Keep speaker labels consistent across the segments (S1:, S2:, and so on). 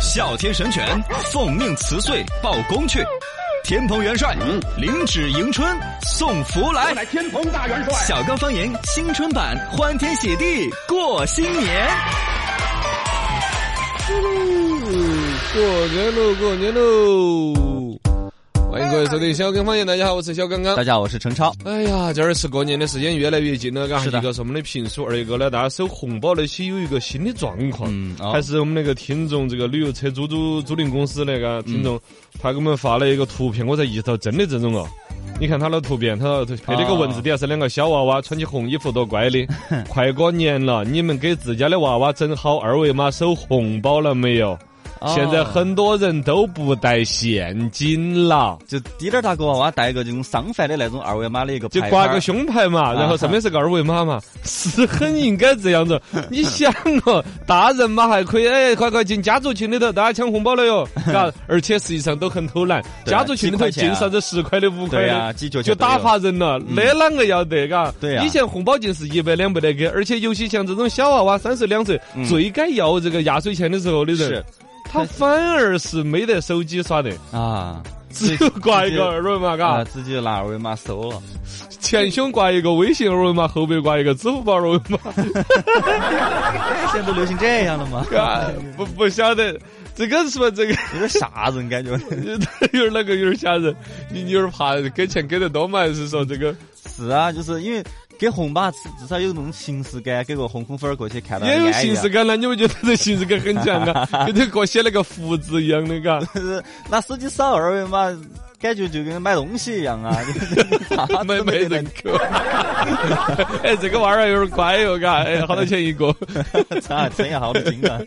S1: 哮天神犬奉命辞岁报功去，天蓬元帅
S2: 嗯
S1: 领旨迎春送福来。
S3: 乃天蓬大元帅。
S1: 小刚方言新春版，欢天喜地过新年。
S4: 过年喽，过年喽！欢迎各位收听小刚方言，大家好，我是小刚刚
S2: 大。家好，我是陈超。
S4: 哎呀，这儿是过年的时间越来越近了，嘎。
S2: 是的
S4: 一个是我们的评书，二一个呢，大家收红包那些有一个新的状况，
S2: 嗯哦
S4: 还是我们那个听众这个旅游车租租租赁公司那个听众，他给我们发了一个图片，我才意识到真的这种哦。你看他的图片，他他配了个
S2: 哦
S4: 文字底下是两个小娃娃穿起红衣服，多乖的！快过年了，你们给自家的娃娃整好二维码收红包了没有？现在
S2: 哦
S4: 很多人都不带现金了。
S2: 就滴点儿大个娃娃带一个这种商贩的那种二维码的一个
S4: 就
S2: 牌
S4: 挂
S2: 牌
S4: 个
S2: 儿啊
S4: 胸牌嘛，然后上面是个二维码嘛，是很应该这 样子。你想哦，大人嘛还可以，哎，快快进家族群里头，大家抢红包了 哟，嘎！而且实际上都很偷懒，
S2: 对啊
S4: 家族群里头
S2: 几块钱
S4: 进
S2: 啊
S4: 啥子十块的、五块
S2: 对
S4: 的
S2: 啊，几角钱
S4: 就打
S2: 都有嗯
S4: 发人了，那啷个要得，嘎？
S2: 对啊
S4: 以前红包进是一百两百的给，而且尤其像这种小娃娃三岁两岁，最该要这个压岁钱的时候的人
S2: 嗯是，
S4: 他反而是没得手机耍的，
S2: 啊，
S4: 只有挂一个
S2: 直
S4: 二维码，
S2: 接
S4: 嘎
S2: 啊，。直接拿二维码收了。
S4: 前胸挂一个微信二维码，后背挂一个支付宝二维码，
S2: 现在都流行这样了 吗？
S3: 哎
S4: 啊不不晓得这个是吧？这个
S2: 有点吓人感觉。
S4: 有点那个有点吓人，你你有点怕给钱给得多嘛？还是说这个
S2: 是啊，就是因为给红包至至少有那种形式感，给个红红粉儿过去看到
S4: 也有
S2: 安逸
S4: 形
S2: 啊
S4: 式。感呢？你们觉得这形式感很强 啊？跟这个写了个福字一样的，嘎。
S2: 就是 拿手机扫二维码，感觉就跟买东西一 样啊，
S4: 没没
S2: 得
S4: 人口， 哎，这个娃儿有点乖哟，嘎，哎，好多钱一个？
S2: 啊，真要好多精啊！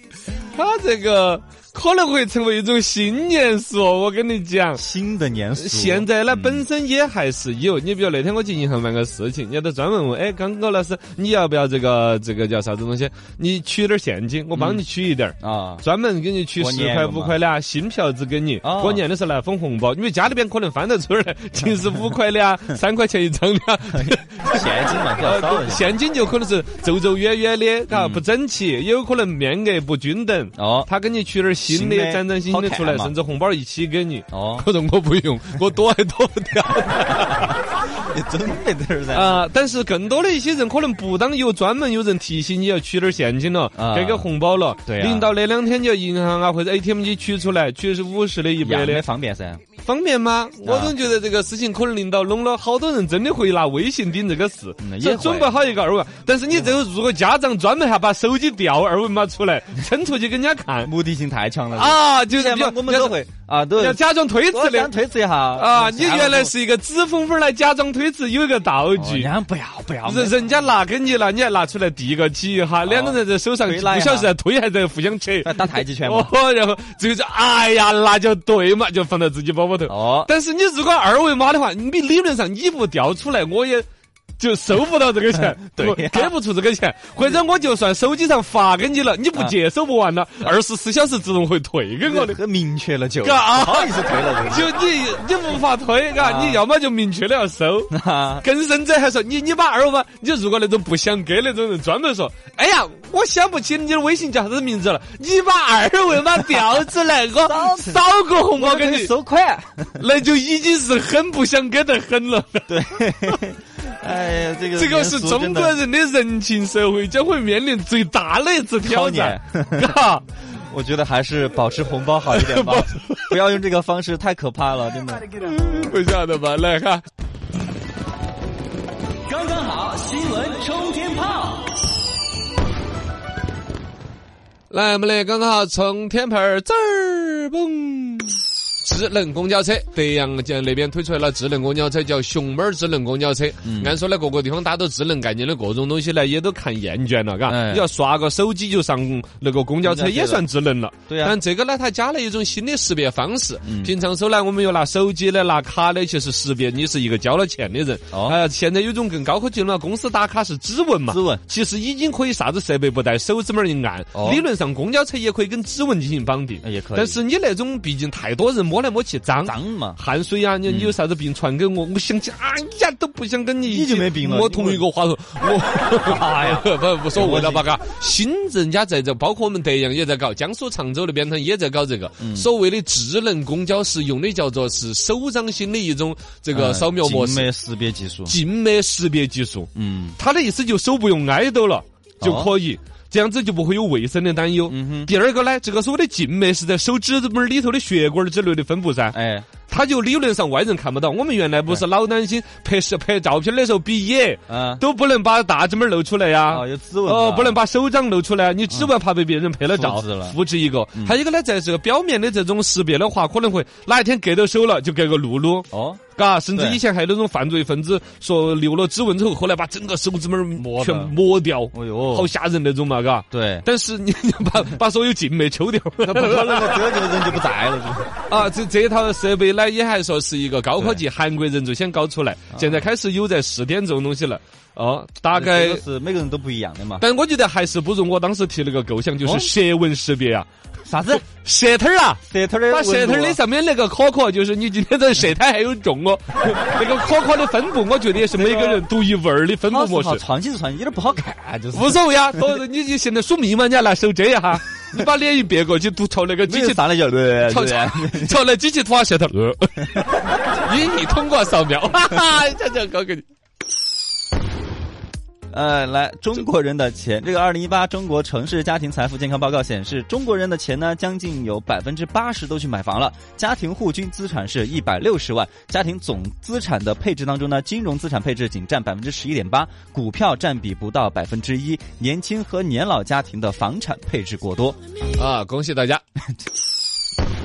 S4: 他这个可能会成为一种新年俗，我跟你讲。
S2: 新的年俗，
S4: 呃现在呢，本身也还是有。你比如那天我去银行办个事情，人家都专门问，哎，刚哥老师，你要不要这个这个叫啥子东西？你取点儿现金，我帮你取一点儿。
S2: 啊，
S4: 专门给你取
S2: 过
S4: 十
S2: 年
S4: 块
S2: 用
S4: 五
S2: 嘛
S4: 块的啊，新票子给你。
S2: 哦
S4: 过年的时候来封红包，因为家里边可能翻得出来，尽是五块的啊，三块钱一张的 啊，
S2: 现金嘛比较少
S4: 呃
S2: 一些。
S4: 现金就可能是皱皱约约的，嘎，不整齐，也有可能面额不均等。
S2: 嗯哦
S4: 他给你取点儿新
S2: 新
S4: 的，
S2: 的
S4: 崭崭新新的
S2: 好看
S4: 出来，
S2: 嘛
S4: 甚至红包一起给你。
S2: 哦，
S4: 可能我不用，我躲还躲不 掉。
S2: 你准备点儿噻。
S4: 啊、但是更多的一些人可能不当有专门有人提醒你要取点儿现金了，
S2: 啊
S4: 给个红包了。
S2: 对啊
S4: 临到那两天就银行啊或者 ATM 机取出来，取的是五十的、一
S2: 一样
S4: 百
S2: 的
S4: 的，
S2: 方便噻，
S4: 方便吗？我总觉得这个事情可能领导弄了，好多人真的会拿微信顶这个事所
S2: 嗯，
S4: 以
S2: 也会
S4: 准备好一个二维码。但是你这个如果家长专门还把手机调二维码出 来，撑出去给人家看
S2: 目的性太强了。
S4: 啊，就是
S2: 现
S4: 比
S2: 在
S4: 较
S2: 嘛我们都会啊，都
S4: 要假装推
S2: 我
S4: 辞的
S2: 想。推嗯迟一下
S4: 啊，你原来是一个纸风风来假装推辞，有一个道
S2: 哦
S4: 具
S2: 人。家不要不要，哦
S4: 人人家拿给你了，你还拿出来递个起一下，两个人在手上
S2: 推
S4: 不
S2: 拉一下
S4: 晓得在推还在互相扯。
S2: 打太极拳
S4: 哦
S2: 嘛。，
S4: 然后最后就哎呀，那就对嘛，就放到自己包包头。
S2: 哦，
S4: 但是你如果二维码的话，你理论上你不调出来，我也就收不到这个钱，
S2: 对
S4: 不
S2: 呀
S4: 给不出这个钱，或者我就算手机上发给你了，你不接收不完了，二十四小时自动会退给我的。
S2: 很明确啊 了就，
S4: 嘎啊
S2: 不好意思推了这个。
S4: 就你你无法推，嘎，
S2: 啊
S4: 你要么就明确的要 收，
S2: 啊
S4: 更甚者还说你你把二维码，你如果那种不想给那种人专门说，哎呀，我想不起你的微信叫啥子名字了，你把二维码调出来，我扫个红包
S2: 我
S4: 给
S2: 给
S4: 你
S2: 你，收款。
S4: 那就已经是很不想给的很了。
S2: 对，哎呀，这个
S4: 这个是中国人的人情社会将会面临最大的一次挑战， 嘎。
S2: 我觉得还是保持红包好一点吧， 不要用这个方式，太可怕了，真的。
S4: 不晓得吧？来哈，
S1: 刚刚好，新闻冲天炮。
S4: 来我们的刚刚好冲天炮儿，滋儿嘣！智能公交车，德阳江那边推出来了智能公交车，叫熊猫儿智能公交车。按说呢，各个地方打到智能概念的各种东西呢，也都看厌倦了，嘎、
S2: 哎
S4: 你要刷个手机就上那个公交车，
S2: 公交车
S4: 也算智能了。
S2: 对啊嗯
S4: 但这个呢，它加了一种新的识别方式。平常手呢，我们又拿手机的、拿卡的，其实识别你是一个交了钱的人。
S2: 哦
S4: 呃现在有种更高科技了，公司打卡是指纹嘛？
S2: 指纹
S4: 其实已经可以啥子设备不带，手指拇儿一按，
S2: 哦
S4: 理论上公交车也可以跟指纹进行绑定，
S2: 哎也可以
S4: 但是你那种毕竟太多人摸摸来摸去脏。
S2: 脏嘛，
S4: 汗水呀、你你有啥子病传给我？我想起，哎呀，都不想跟你一起
S2: 你就没病了
S4: 摸同一个话头，我 哎呀，不无所谓了吧？嘎，新人家在这，包括我们德阳也在搞，江苏常州那边他也在搞这个、
S2: 嗯
S4: 所谓的智能公交是用的叫做是手掌心
S2: 嗯
S4: 的一种这个扫描模
S2: 静
S4: 式，
S2: 脉啊识别技术，
S4: 静脉识别技术。
S2: 嗯，
S4: 他的意思就手不用挨到了就
S2: 哦嗯
S4: 可以。这样子就不会有卫生的担忧。第二个呢，这个所谓的静脉是在手指拇儿里头的血管儿之类的分布噻。
S2: 哎，
S4: 他就理论上外人看不到。我们原来不是老担心拍摄拍照片的时候比耶，
S2: 啊，
S4: 都不能把大指拇儿露出来呀、
S2: 哦，有指纹
S4: 哦，
S2: 了嗯
S4: 不能把手掌露出来，你只管怕被别人拍了照
S2: 复制了，嗯
S4: 复制一个。还有一个呢，在这个表面的这种识别的话，可能会哪一天割到手了就割个露露，
S2: 哦，
S4: 嘎，甚至
S2: 对
S4: 以前还有那种犯罪分子说留了指纹之后，后来把整个手指拇
S2: 磨
S4: 儿
S2: 的
S4: 全磨掉，
S2: 哎呦，
S4: 好吓人那种嘛，嘎。
S2: 对，
S4: 但是你你 把把所有静脉抽掉，
S2: 那不可能啊了，这就人就不在了，这
S4: 啊，这这套设备呢，也还说是一个高科技，韩国人最先搞出来，
S2: 啊
S4: 现在开始有在试点这种东西了。哦，大概
S2: 这个，是每个人都不一样的嘛，
S4: 但我觉得还是不如我当时提那个构想，就是
S2: 哦
S4: 舌纹识别啊，
S2: 啥子
S4: 舌头儿啊。
S2: 舌头的
S4: 把舌头儿
S2: 纹路
S4: 的
S2: 啊
S4: 上面那个壳壳，就是你今天这舌苔还有重 哦，那个壳壳的分布，我觉得也是每个人独一无二的分布模
S2: 好好
S4: 式。
S2: 创新是创新，有点不好看，就是
S4: 无所谓啊，所以你你现在数密码，你要拿手遮一 下，你把脸一别过去，都朝那个机
S2: 没
S4: 器
S2: 有上来就对
S4: 朝朝那机器吐下舌头， 引你通过扫描， 哈哈，这就搞给你。
S2: 呃，来，中国人的钱，这个二零一八中国城市家庭财富健康报告显示，中国人的钱呢，将近有百分之八十都去买房了。家庭户均资产是一百六十万，家庭总资产的配置当中呢，金融资产配置仅占百分之十一点八，股票占比不到百分之一，年轻和年老家庭的房产配置过多。
S4: 啊，恭喜大家！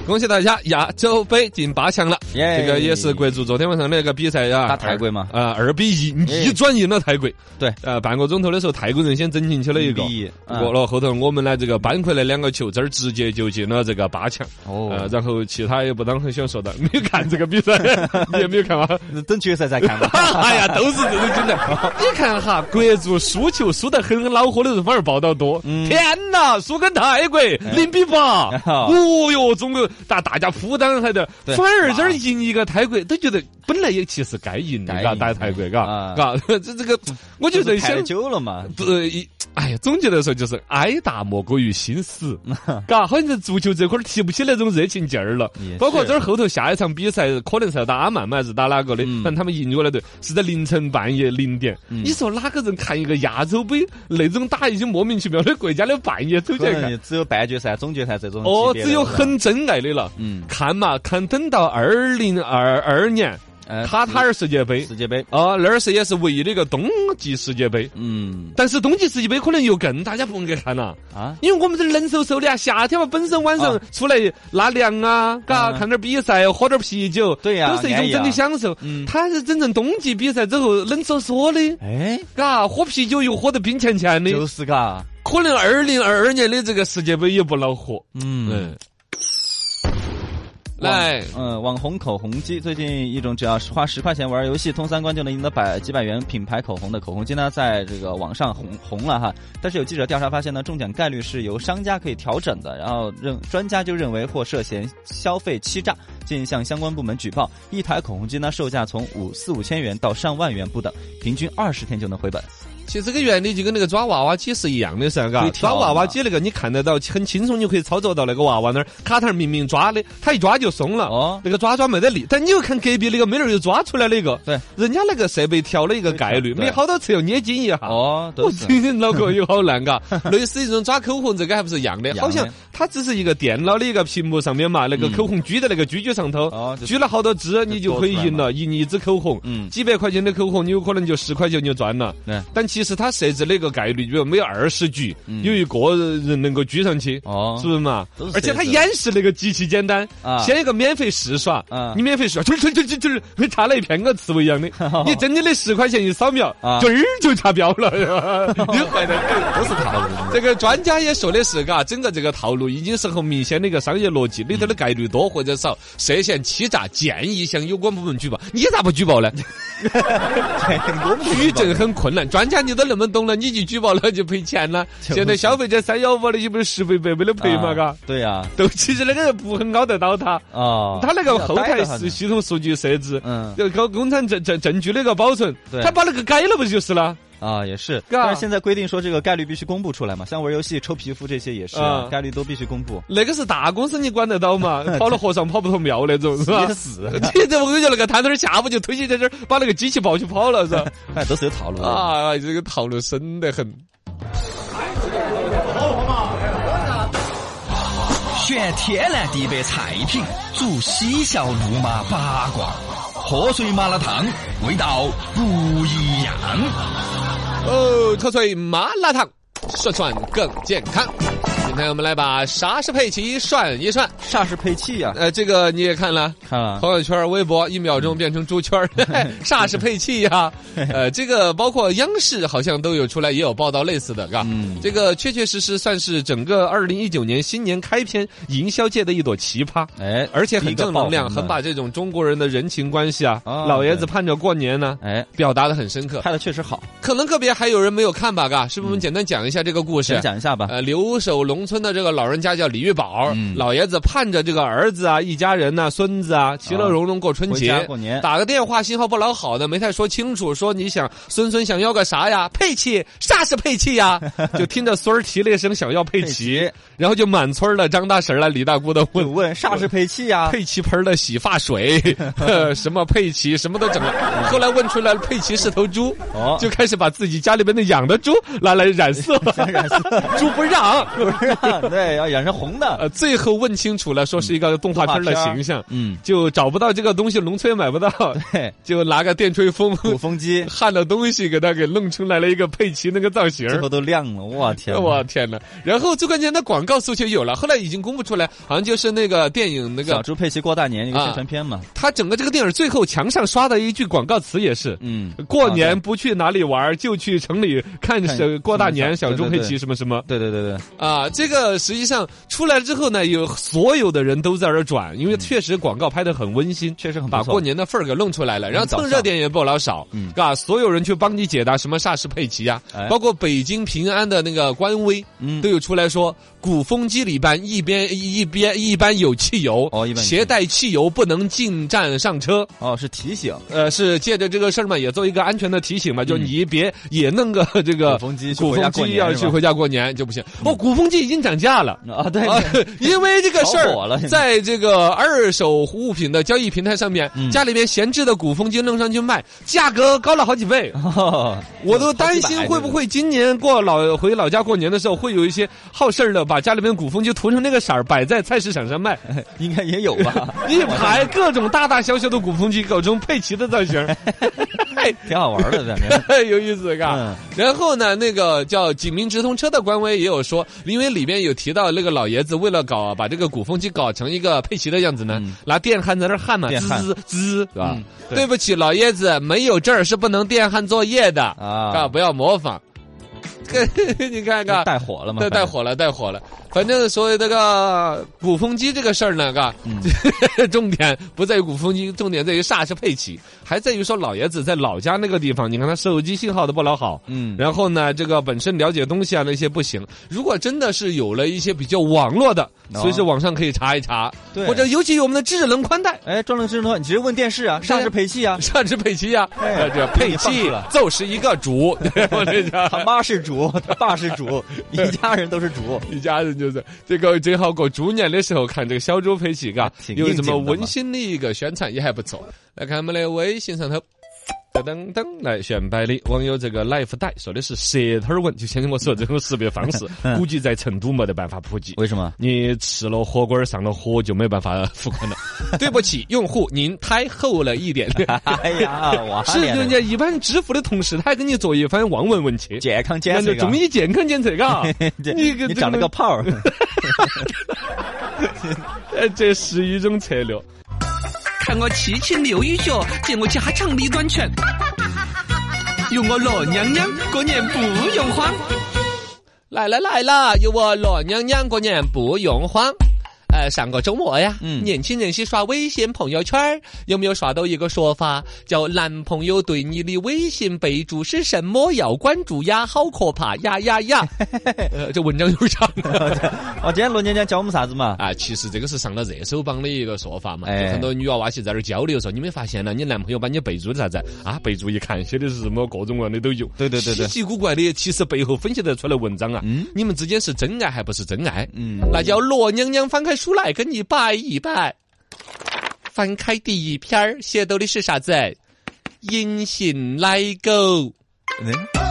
S4: 恭喜大家，亚洲杯进八强了。
S2: 耶
S4: 这个也是国足昨天晚上那个比赛呀，
S2: 打泰国嘛
S4: 啊，二比一
S2: 耶
S4: 逆转赢了泰国。
S2: 对
S4: 呃，半个钟头的时候，泰国人先整进去了一个
S2: 1比1，嗯
S4: 过了后头我们呢这个扳回来两个球，这儿直接就进了这个八强。
S2: 哦
S4: 呃，然后其他也不当很想说的，没有看这个比赛， 你也没有看啊吗？
S2: 等决赛再看吧。
S4: 哎呀，都是这种精神。你看哈，国足输球输得很恼火的人反而报道多。天哪，输跟泰国零比八，哦哟，中国大大家铺张还的，
S2: 对
S4: 反而这儿赢一个泰国，都觉得本来也其实该赢的，
S2: 该
S4: 嘎，
S2: 赢
S4: 打泰国，嘎
S2: 啊，
S4: 嘎， 这 这个，我就在
S2: 太
S4: 想。
S2: 久了嘛，
S4: 呃，一哎呀，总结来说就是挨打莫过于心 死，嘎，好像在足球这块儿提不起那种热情劲儿了
S2: 也。
S4: 包括
S2: 是
S4: 这儿后头下一场比赛，可能是要打阿曼嘛，还是打哪个的？
S2: 嗯
S4: 但他们赢过来队是在凌晨半夜零点。你说哪个人看一个亚洲杯那种打一些莫名其妙的国家的半夜走起
S2: 可
S4: 来看？
S2: 能只有半决赛、总决赛这种
S4: 哦，
S2: 级别的
S4: 只有
S2: 了
S4: 很真爱的了。
S2: 嗯
S4: 看嘛，看等到二零二二年
S2: 呃
S4: 卡塔尔世界杯
S2: 世界杯，
S4: 啊，那儿是也是唯一的一个冬季世界杯。
S2: 嗯
S4: 但是冬季世界杯可能又更大家不爱看了，
S2: 啊，
S4: 因为我们这冷飕飕的啊，夏天嘛，本身晚上
S2: 啊
S4: 出来纳凉啊，嘎、
S2: 嗯
S4: 看点比赛，喝点啤酒，
S2: 对呀
S4: 都是一种整体享受。
S2: 嗯
S4: 他是整成冬季比赛之后冷飕飕的，
S2: 哎，
S4: 嘎，喝啤酒又喝得冰沅沅的，
S2: 就是嘎，
S4: 可能二零二二年的这个世界杯也不恼火。
S2: 嗯。
S4: 嗯，来。
S2: 嗯，网红口红机最近一种只要花十块钱玩游戏通三关就能赢得百几百元品牌口红的口红机呢，在这个网上红红了哈。但是有记者调查发现呢，中奖概率是由商家可以调整的，然后认专家就认为或涉嫌消费欺诈，建议向相关部门举报。一台口红机呢，售价从五四五千元到上万元不等，平均二十天就能回本。
S4: 其实这个原理就跟那个抓娃娃机是一样的噻，嘎
S2: 可以，啊调
S4: 抓
S2: 嘛
S4: 娃娃机那个你看得到，很轻松，你可以操作到那个娃娃那儿。卡塔尔明明抓的，他一抓就松了，
S2: 哦
S4: 那个抓抓没得力。但你又看隔壁那个妹儿又抓出来了一个，
S2: 对，
S4: 人家那个设备调了一个概率，
S2: 对
S4: 没好多次要捏紧一下。
S2: 哦，
S4: 我
S2: 都是
S4: 今天脑壳又好烂， 嘎，类似于这种抓口红，这个还不是一样的？
S2: 一样的嗯
S4: 好像它只是一个电脑的一个屏幕上面嘛，那个口红举在那个狙击上头
S2: 哦，就
S4: 举了好多支，你就可以赢了，赢一支口红。
S2: 嗯
S4: 几百块钱的口红，你有可能就十块钱就赚了。
S2: 对
S4: 但其实它设置那个概率，比如每二十局
S2: 嗯
S4: 有一个人能够举上去。
S2: 哦
S4: 是不是嘛
S2: 都？是
S4: 而且
S2: 设
S4: 它
S2: 置
S4: 演示那个极其简单
S2: 啊，
S4: 先一个免费试耍
S2: 啊，
S4: 你免费试耍，就是就是就是就是跟插了一片个刺猬一样的，你真的那十块钱一扫描，
S2: 啊
S4: 准儿就查标了，你坏的很。
S2: 都是套路。
S4: 这个专家也说的是，嘎，整个这个套路已经是很明显的一个商业逻辑，里头的概率多或者少，涉嫌欺诈，建议向有关部门举报。你咋不举报呢？
S2: 我们
S4: 举证很困难，专家看你都那么懂了，你去举报了就赔钱了。
S2: 就
S4: 现在消费者三幺五那些不是十倍百倍的赔嘛？嘎、
S2: 啊对呀，
S4: 都其实那个不很搞得到他，
S2: 啊，
S4: 他那个后台
S2: 比较呆的哈
S4: 系系统数据设置。
S2: 嗯
S4: 要搞工厂证证证据的一个保存，
S2: 对
S4: 他把那个改了不就是了？
S2: 啊，也是，
S4: 嘎
S2: 但是现在规定说这个概率必须公布出来嘛，像玩游戏抽皮肤这些也是啊
S4: 啊，
S2: 概率都必须公布。
S4: 那个是大公司你管得到 嘛？跑了和尚跑不脱庙那种是吧
S2: 憋？死，
S4: 你这我跟你讲，那个摊头儿下午就推起在这儿，把那个机器抱起跑了是 吧？
S2: 哎，都是有套路的。
S4: 啊，这个套路深得很。
S3: 选天南地北菜品，煮嬉笑怒骂八卦，喝水麻辣烫，味道不一样。
S4: 哦，口水麻辣烫，涮涮更健康。今天我们来把啥是佩奇涮一涮。
S2: 煞是配器啊呀，
S4: 呃，这个你也看了。
S2: 看了
S4: 朋友圈、微博一秒钟变成猪 圈儿，煞是配器呀、呃，这个包括央视好像都有出来，也有报道类似的，嘎、
S2: 嗯
S4: 这个确确实实算是整个二零一九年新年开篇营销界的一朵奇葩。
S2: 哎，
S4: 而且
S2: 第
S4: 很
S2: 一个
S4: 正能量，
S2: 爆红的
S4: 很把这种中国人的人情关系啊，
S2: 啊
S4: 老爷
S2: 对
S4: 子盼着过年呢、
S2: 哎
S4: 表达的很深刻。
S2: 拍的确实好，
S4: 可能个别还有人没有看吧，嘎，是不是？我们简单讲一下这个故事
S2: 嗯先。讲一下吧。
S4: 呃，留守农村的这个老人家叫李玉宝，
S2: 嗯
S4: 老爷子盼着这个儿子啊、一家人呐、孙子啊，其乐融融过春
S2: 回
S4: 节。
S2: 家过年，
S4: 打个电话信号不老好的，没太说清楚，说你想孙孙想要个啥呀？佩奇，啥是佩奇 呀？就听着孙儿提了一声想要佩奇，然后就满村儿的张大婶儿了、李大姑的问
S2: 问问煞是配器啊呀，
S4: 佩奇盆儿的洗发 水，呵什么佩奇什么都整了。后来问出来佩奇是头猪，
S2: 嗯哦
S4: 就开始把自己家里边的养的猪拿来染色，
S2: 染色
S4: 猪不让。
S2: 不 是啊，对，要染成红的。
S4: 呃，最后问清楚了，说是一个动画片儿的形象，
S2: 嗯，
S4: 就找不到这个东西，农村买 不到，
S2: 嘿，
S4: 就拿个电吹 风
S2: 鼓风机
S4: 焊的东西给它给弄出来了一个佩奇那个造型儿。
S2: 最后都亮了，哎我天！
S4: 我天哪！然后最关键的广告诉求有了，后来已经公布出来，好像就是那个电影那个
S2: 小猪佩奇过大年一个宣传片嘛，
S4: 他整个这个电影最后墙上刷的一句广告词也是。
S2: 嗯，
S4: 过
S2: 啊
S4: 年不去哪里玩儿，就去城里看
S2: 看
S4: 小过大年，
S2: 嗯
S4: 小猪
S2: 对对
S4: 佩
S2: 对
S4: 奇什么什么
S2: 对对对对，
S4: 啊！这个实际上出来之后呢，有所有的人都在这儿转，因为确实广告拍的很温馨，
S2: 嗯确实很不
S4: 把
S2: 错
S4: 过年的份儿给弄出来了，然后
S2: 很搞
S4: 蹭
S2: 笑
S4: 热点也不老少，
S2: 嗯
S4: 啊，所有人去帮你解答什么啥是佩奇呀啊
S2: 哎，
S4: 包括北京平安的那个官微，
S2: 嗯
S4: 都有出来说，鼓风机里边一边一边一般有汽油
S2: 哦一，般有
S4: 携带汽油不能进站上车，
S2: 哦，是提醒
S4: 呃，是借着这个事儿嘛，也做一个安全的提醒嘛，就是你别也弄个这个
S2: 嗯鼓风机去
S4: 鼓
S2: 回家
S4: 风
S2: 过
S4: 机
S2: 年
S4: 要
S2: 是
S4: 去
S2: 吧
S4: 回家过年就不行。哦，鼓风机已经涨价了。
S2: 啊，对，
S4: 啊，因为这个事
S2: 着火了
S4: 儿，
S2: 现在
S4: 在这个二手物品的交易平台上面，
S2: 嗯
S4: 家里边闲置的鼓风机弄上去卖，价格高了好几 倍，
S2: 哦
S4: 我都担心会不会今年过老回老家过年的时候，会有一些好事儿的把家里边鼓风机涂成那个色儿，摆在菜市场上 卖，
S2: 应该也有吧，
S4: 一排各种大大小小的鼓风机，搞成佩奇的造型 儿。哎嘿
S2: 挺好玩的，反 正
S4: 有意思，嘎。
S2: 嗯
S4: 然后呢，那个叫济民直通车的官微也有说，因为里边有提到那个老爷子为了搞把这个鼓风机搞成一个佩奇的样子呢，
S2: 嗯
S4: 拿电焊在那儿焊嘛，
S2: 电焊
S4: 滋滋，是吧？
S2: 嗯
S4: 对
S2: 对
S4: 不起，老爷子，没有证儿是不能电焊作业的啊
S2: 啊，
S4: 不要模仿。 这你看看，
S2: 带火了嘛，
S4: 带带火了，带火了。反正所谓这个鼓风机这个事儿呢，嘎，
S2: 嗯
S4: 重点不在于鼓风机，重点在于啥是佩奇，还在于说老爷子在老家那个地方，你看他手机信号都不老好。
S2: 嗯，
S4: 然后呢，这个本身了解东西啊那些不行。如果真的是有了一些比较网络的，
S2: 哦
S4: 随时网上可以查一查，
S2: 对
S4: 或者尤其有我们的智能宽带，
S2: 哎，装了智能头，你直接问电视啊，
S4: 对啊，
S2: 啥是配器啊
S4: 啥是佩奇呀、
S2: 哎
S4: 呃这佩
S2: 给你
S4: 奇
S2: 放出来
S4: 就是一个主，对我这 叫
S2: 他妈是主，他爸是 主，一家人都是主，
S4: 一家人就是这个正好过猪年的时候看这个小猪佩奇，嘎，
S2: 啊挺
S4: 有这
S2: 应景的
S4: 么
S2: 嘛
S4: 温馨的一个宣传也还不错。来看我们的微信上头。噔噔噔，来炫摆的网友这个 life 带说的是舌头纹，就像我说这种识别方 式，
S2: 嗯
S4: 估计在成都没得办法普及。
S2: 为什么？
S4: 你吃了火锅儿上了火就没办法付款 了。对不起，用户您太厚了一点。
S2: 哎呀，我
S4: 是
S2: 脸
S4: 人家一般支付的同时，他还给你做一番望闻问 切，
S2: 健康检
S4: 人
S2: 测
S4: 家
S2: 啊，，
S4: 中医健康检测，嘎
S2: 你
S4: 个这
S2: 你长了个泡儿，
S4: 呃， 这是一种策略。
S3: 看我七情六欲角，借我家长里短拳。有我罗娘娘，过年不用慌。
S4: 来了来了，有我罗娘娘，过年不用慌。哎、呃，上个周末呀，
S2: 嗯
S4: 年轻人些刷微信朋友圈儿，有没有刷到一个说法，叫男朋友对你的微信备注是什么？要关注呀，好可怕呀呀 呀！呃，这文章有点长
S2: 哦，今天罗年讲教 我们啥子嘛？
S4: 啊。其实这个是上了热搜榜的一个说法嘛，
S2: 哎
S4: 就很多女娃娃其实在那儿交流说，你没发现了，你男朋友把你备注的啥子啊？备注一看写的是什么，各种各样的都有。
S2: 对对对对
S4: 稀奇古怪的，其实背后分析得出来文章啊。
S2: 嗯
S4: 你们之间是真爱还不是真爱？
S2: 嗯，
S4: 那叫罗娘娘翻开书来跟你拜一拜。翻开第一篇儿写到的是啥子？隐形奶狗。嗯
S2: 哎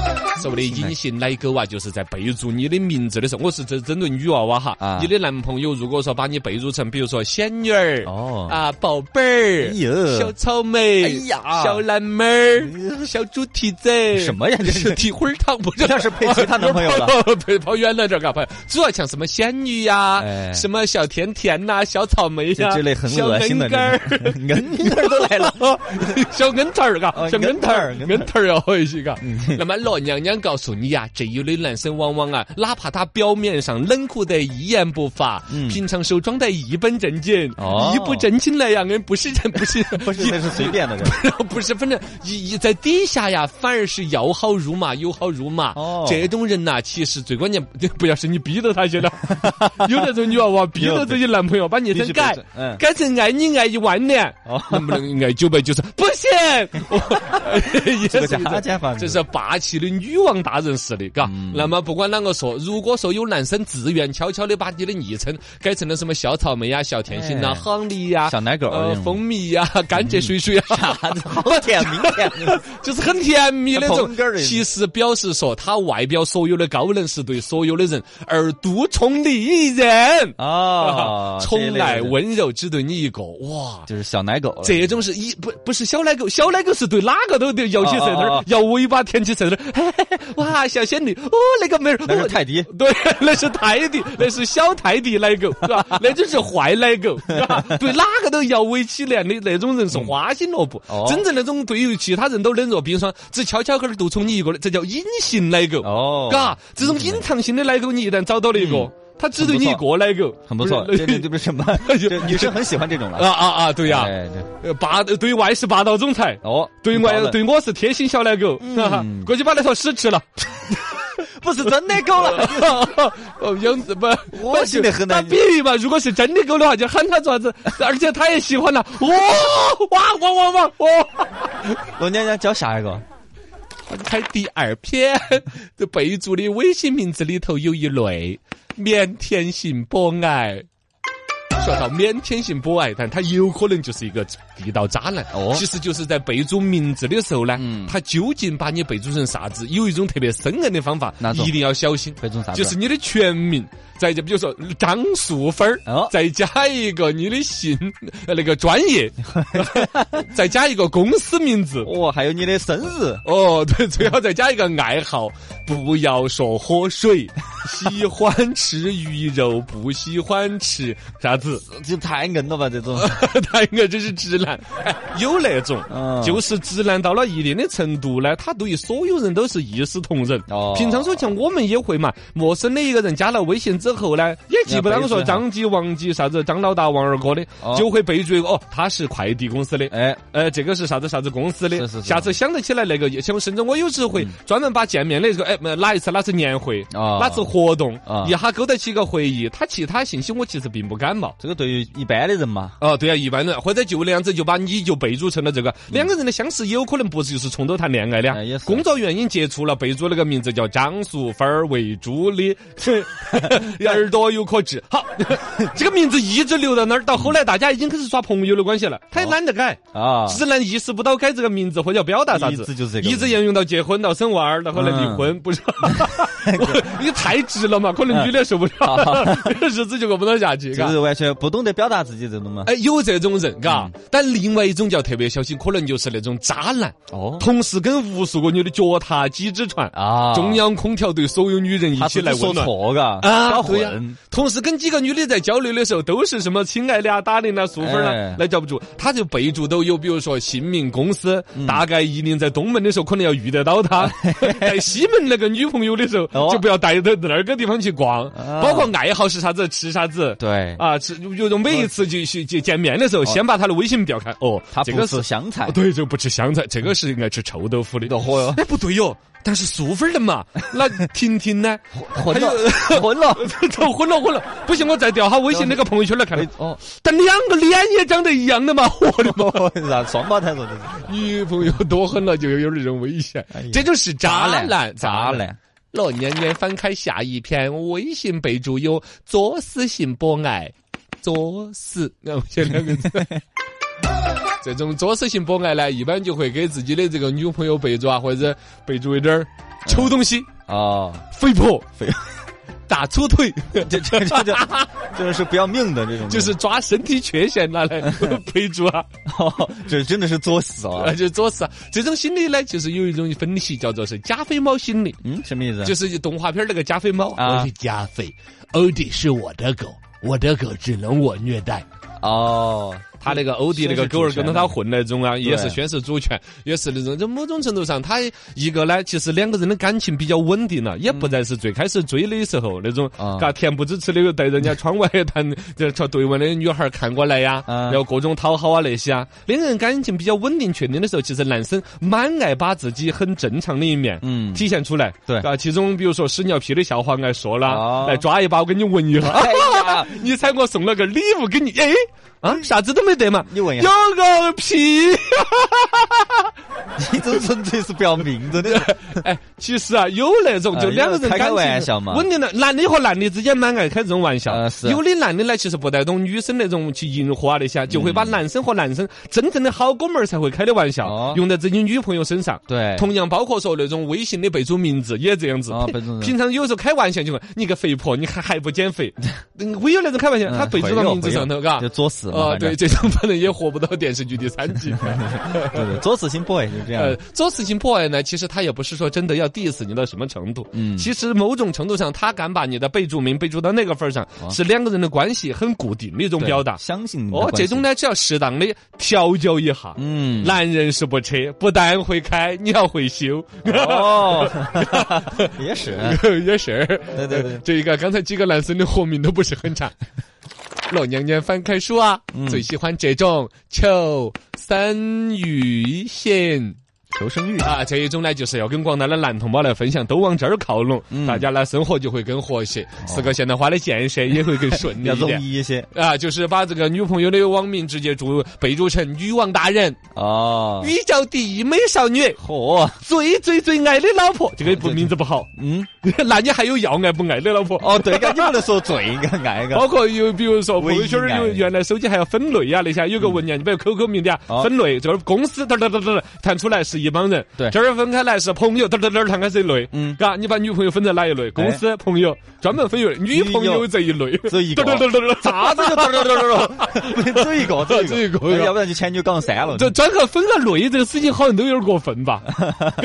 S4: 所谓的隐形奶狗啊，就是在备注你的名字的时候，我是针针对女娃娃哈。
S2: 啊
S4: 你的男朋友如果说把你备注成，比如说仙女儿、
S2: 哦
S4: 啊宝贝儿、
S2: 哎呦
S4: 小草莓、
S2: 哎呀哎
S4: 小蓝莓儿、小猪蹄子，
S2: 什么呀这是
S4: 是蹄灰儿糖不是？
S2: 这是配其他男朋友了
S4: 跑跑跑远了点儿，嘎朋友，主要像什么仙女呀
S2: 哎、
S4: 什么小甜甜呐、小草莓
S2: 这
S4: 呀
S2: 这类很恶心的，
S4: 小恩干儿
S2: 这种 恩根儿都来了。
S4: 小恩头儿嘎
S2: 哦，
S4: 小恩头儿，
S2: 恩头儿
S4: 恩头儿要好一些嘎。那么罗娘娘告诉你呀、这有的男生往往啊，哪怕他表面上冷酷的一言不发，
S2: 嗯
S4: 平常手装的一本正经，
S2: 哦
S4: 一不正经的呀，俺不是人，不是
S2: 不是，那是随便的 这。
S4: 不是，反正一一在底下呀，反而是要好辱骂，友好辱骂。
S2: 哦
S4: 这种人呐、其实最关键 不要是你逼着他去的， 有那种女娃娃逼着自己男朋友把昵
S2: 必
S4: 称
S2: 须
S4: 改
S2: 得，嗯
S4: 改成爱你爱一万年，
S2: 哦
S4: 能不能爱九百九十？不 行，我 也
S2: 这个
S4: 是一
S2: 假
S4: 种
S2: 假发明嗯
S4: 这是霸气的女王大人似的，嘎。那么不管啷个说，如果说有男生自愿悄悄的把你的昵称改成了什么小草莓呀、小甜心呐、
S2: 哎
S4: 亨利呀、
S2: 小奶狗儿
S4: 呃
S2: 这种嗯
S4: 蜂蜜呀、甘蔗水水呀，
S2: 好甜，明甜。
S4: 就是很甜蜜那
S2: 捧
S4: 种
S2: 哏儿。的
S4: 其实表示说，他外表所有的高能是对所有的人而独宠溺人
S2: 哦，
S4: 宠
S2: 这
S4: 爱
S2: 类的
S4: 温柔只对你一个，哇！
S2: 就是小奶狗。
S4: 这种是一不不是小奶狗，小奶狗是对哪个都得摇起舌头
S2: 哦哦哦
S4: 儿，摇尾巴舔起舌头儿，嘿嘿嘿哇，小仙女，哦，那个妹儿，
S2: 那是
S4: 哦
S2: 泰迪，
S4: 对， 那是泰迪，那是小泰迪奶狗，是吧？那就是坏奶狗，是吧？对哪个都摇尾乞怜的那种人是花心萝卜。
S2: 哦
S4: 真正那种对于其他人都冷若冰霜，只悄悄个儿独宠你一个的，这叫隐形奶狗。
S2: 哦
S4: 嘎，这种隐藏型的奶狗，你一旦找到了一个，他只对你一个奶狗，
S2: 很不错，
S4: 是
S2: 这这这不是什么？这女生很喜欢这 种
S4: 啊
S2: 了。
S4: 啊啊！对哎呀，
S2: 哎，对，
S4: 呃霸对外是霸道总裁，
S2: 哦，
S4: 对
S2: 你
S4: 外
S2: 着了嗯
S4: 对我是贴心小奶狗，哈哈过去把那坨屎吃了。
S2: 不是真的狗 了。
S4: 哦，样子不，
S2: 我
S4: 不
S2: 觉得很难
S4: 打比喻嘛，如果是真的狗的话，就喊他做啥子，而且他也喜欢了。哇哇哇哇哇！哇！
S2: 罗娘娘教下一个，
S4: 翻开第二篇，这备注的微信名字里头有一类腼腆型博爱。说到腼腆型博爱，但他有可能就是一个地道渣男。
S2: 哦
S4: 其实就是在备注名字的时候呢，
S2: 嗯
S4: 他究竟把你备注成啥子，有一种特别深奥的方法
S2: 哪，种
S4: 一定要小心。
S2: 备注啥子
S4: 就是你的全名，再就比如说张素芬儿
S2: 哦，
S4: 再加一个你的姓， 呃那个专业， 再加一个公司名字。
S2: 哦，还有你的生日，
S4: 哦，对，最好再加一个爱好，不要说喝水， 喜欢吃鱼肉，不喜欢吃啥子，
S2: 这太硬了吧？这 种
S4: 他应该这是直男，哎 有那种，
S2: 嗯
S4: 就是直男到了一定的程度呢，他对于所有人都是一视同仁。
S2: 哦
S4: 平常说像我们也会嘛，陌生的一个人加了微信之后呢，也记不到
S2: 要备注
S4: 说
S2: 哈
S4: 张几、王几啥子，张老大、王二哥的，
S2: 哦
S4: 就会备注一个哦，他是快递公司的，
S2: 哎，
S4: 呃，这个是啥子啥子公司的？
S2: 是是是嗯
S4: 下次想得起来那个，像甚至我有时候会专门把见面的这个，哎，哪一次哪次年会，
S2: 哦
S4: 哪次活动
S2: 哦，
S4: 一下勾得起一个回忆。他其他信息我其实并不感冒。
S2: 这个对于一般的人嘛，
S4: 哦，对啊，一般人或者就那样子就把你就备注成了这个两个人的相识，也有可能不是就是冲着谈恋爱的啊
S2: 嗯哎也是，
S4: 工作原因接触了，备注那个名字叫张素芬儿喂猪 的， 耳朵有颗痣。好， 这个名字一直留到那儿，到后来大家已经开始耍朋友的关系
S2: 哦
S4: 了，他也懒得哎改。
S2: 啊，
S4: 直男意识不到该这个名字或者要表达啥子，
S2: 哦一直就是这个嗯
S4: 一直沿用到结婚到生娃儿，到后来离婚，不是？ 我你太直了嘛，可
S2: 哎
S4: 能女的受不 了，日子就过不到下去，
S2: 就
S4: 嘎。
S2: 是完全不懂得表达自己这种
S4: 啊
S2: 嘛。
S4: 哎，有这种人，嘎，
S2: 嗯
S4: 但另外一种就要特别小心，可能就是那种渣男，
S2: 哦
S4: 同时跟无数个女的脚踏几只船，
S2: 啊，
S4: 中央空调对所有女人一
S2: 他
S4: 起
S2: 是
S4: 来
S2: 说
S4: 温暖。
S2: 错嘎，搞
S4: 啊，对呀、
S2: 混，
S4: 同时跟几个女的在交流的时候，都是什么亲爱的啊、打铃啊、淑芬
S2: 哎
S4: 啊，来叫不住，他就备注都有，比如说姓名、公司，
S2: 嗯
S4: 大概 一定在东门的时候可能要遇得到他，在西门那个女朋友的时候
S2: 啊哦
S4: 就不要带得儿个地方去逛，
S2: 啊
S4: 包括爱好是啥子，吃啥子。
S2: 对，
S4: 啊，吃就
S2: 哦
S4: 就每一次去去去见面的时候，先把他的微信表看。哦，
S2: 他
S4: 这
S2: 不
S4: 个
S2: 吃
S4: 是
S2: 香哦菜
S4: 哦，对，就不吃香菜，这个是应该吃臭豆腐 的。
S2: 嚯哟，
S4: 哎，不对哟，但是素粉儿的嘛，那婷婷呢？
S2: 混了，混了。
S4: 都混了混了，不行，我再调下微信那个朋友圈来看 看。
S2: 哦，
S4: 但两个脸也长得一样的嘛，我的妈！
S2: 哦啥双胞胎说的？
S4: 女朋友多狠了，就有点这种危险
S2: 哎呀。
S4: 这就是渣男，
S2: 咋。了？
S4: 老年人翻开下一篇，微信备注有“作死性博爱”，作死，那我写两个字。这种作死性博爱呢，一般就会给自己的这个女朋友备注啊，或者备注一点儿丑东西、
S2: 哦，
S4: 肥婆、
S2: 肥
S4: 大粗腿，
S2: 这这这这，这种是不要命的这种，
S4: 就是抓身体缺陷拿来 备注啊。
S2: 哦，这真的是作死啊
S4: 啊，！就作死啊！这种心理呢，就是有一种分析叫做是加菲猫心理，
S2: 嗯，什么意思？
S4: 就是动画片儿那个加菲猫
S2: 啊
S4: 我是加菲，欧弟是我的狗，我的狗只能我虐待。
S2: 哦，
S4: 他那个欧弟那个狗儿跟着他混那种啊，也是宣示主权，也是那种。就某种程度上，他一个呢，其实两个人的感情比较稳定了，也不再是最开始追的时候那种
S2: 啊，
S4: 嘎恬不知耻的带人家窗外谈这朝对门的女孩儿看过来呀，
S2: 啊
S4: 然后各种讨好啊那些啊。两个人感情比较稳定确定的时候，其实男生蛮爱把自己很正常的一面，
S2: 嗯
S4: 体现出来。
S2: 对
S4: 啊，其中比如说屎尿屁的笑话爱说
S2: 哦
S4: 了，来抓一把，我给你闻一下。
S2: 哎呀， 嗯
S4: 你猜我送了个礼物给你，哎，啊，啥子都没得嘛，
S2: 你闻一下
S4: 有个 屁！
S2: 你这纯粹是不要命的那种。
S4: 哎，其实啊，有那种就
S2: 呃
S4: 两个人
S2: 开开
S4: 感情
S2: 玩笑嘛
S4: 稳定的男的和男的之间蛮爱开这种玩笑
S2: 呃。是
S4: 有的男的呢，其实不太懂女生那种去迎合啊那些，就会
S2: 嗯
S4: 把男生和男生真正的好哥们儿才会开的玩
S2: 哦
S4: 笑用在自己女朋友身上。
S2: 对
S4: 同样包括说那种微信的备注名字也这样子
S2: 啊备注名。字
S4: 平常有时候开玩笑就问你个肥婆，你还还不减 肥？嗯会有那种开玩笑，他备注到名字上头，嘎
S2: 就。作死嘛，
S4: 哦，
S2: 反正
S4: 对，这种反正也活不到电视剧第三 季。
S2: 对对， 作死型 boy 就这
S4: 呃
S2: 样。，
S4: 做事情 boy 呢，其实他也不是说真的要 diss 你到什么程度，
S2: 嗯
S4: 其实某种程度上，他敢把你的备注名备注到那个份儿上，是两个人的关系很固定的一种
S2: 哦对
S4: 表达。
S2: 相信你的
S4: 哦，
S2: 关系
S4: 这种，呢，只要适当的调教一下。
S2: 嗯，
S4: 男人是不车，不但会开，你要会修，
S2: 哦，也是，
S4: 也是。呃
S2: 对对对
S4: 这一个刚才几个男生的活名都不是很长。 老娘娘翻开书啊，
S2: 嗯
S4: 最喜欢这种求生欲险。
S2: 求生欲
S4: 啊，这一种呢，就是要跟广大的男同胞来分享，都往这儿靠拢，
S2: 嗯哦
S4: 大家呢生活就会更和谐，四个现代化的建设也会更顺利
S2: 要
S4: 一
S2: 容
S4: 点。
S2: 易一些
S4: 啊，就是把这个女朋友的网名直接注备注成“女王大人”，
S2: 哦。
S4: 宇宙第一美少女，
S2: 嚯，
S4: 最最最爱的老婆。这个不名字不好，
S2: 嗯，
S4: 那你还有要爱不爱的老婆？
S2: 哦，对，个你不能说最爱个，
S4: 包括有，比如说朋友圈
S2: 唯一
S4: 儿
S2: 爱
S4: 有原来手机还要分类啊，那些有个文件，你比如 QQ 名的
S2: 哦
S4: 啊，分类，这儿公司哒哒哒哒哒弹出来是一帮人，
S2: 对
S4: 这儿分开来是朋友哒哒哒弹开是一类，
S2: 嗯
S4: 嘎，你把女朋友分在哪一类？公司朋友专门分一类，女朋友这一类，
S2: 只有一个
S4: 哒哒哒哒哒，
S2: 啥子就嘚嘚嘚嘚嘚，只一个，
S4: 只
S2: 只
S4: 有
S2: 一
S4: 一
S2: 个
S4: 个，
S2: 要不然就前女杠三了。
S4: 这专个分个类这个事情好像都有点过分吧，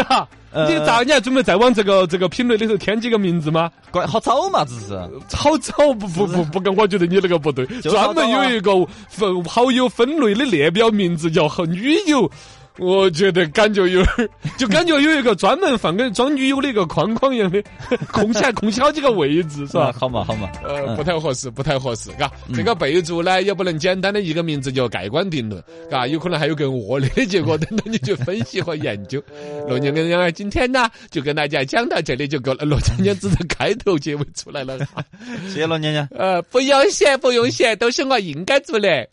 S4: 嘎。
S2: 呃
S4: 你咋？你还准备再往这个这个品类里头添几个名字吗？
S2: 怪好早嘛，只是
S4: 好早不不不不跟，我觉得你那个不对，
S2: 就好早啊
S4: 专门有一个分好友分类的列表，名字叫和女友。我觉得感觉有点 儿，就感觉有一个专门放给装女友的一个框框一样的， 空下空下好几个位置是
S2: 是吧？
S4: 吧？
S2: 啊好嘛，好 嘛，
S4: 呃，
S2: 嗯
S4: 不太合适，不太合适，嘎。这个备注呢，也不能简单的一个名字就盖棺定论，嘎，有可能还有更恶劣的结
S2: 嗯
S4: 果，等到你去分析和研究。罗娘娘啊今天呢，就跟大家讲到这里就够了。罗娘娘只是开头结尾出来了。
S2: 谢谢老娘娘。
S4: 呃，不用谢，不用谢，都是我应该做的。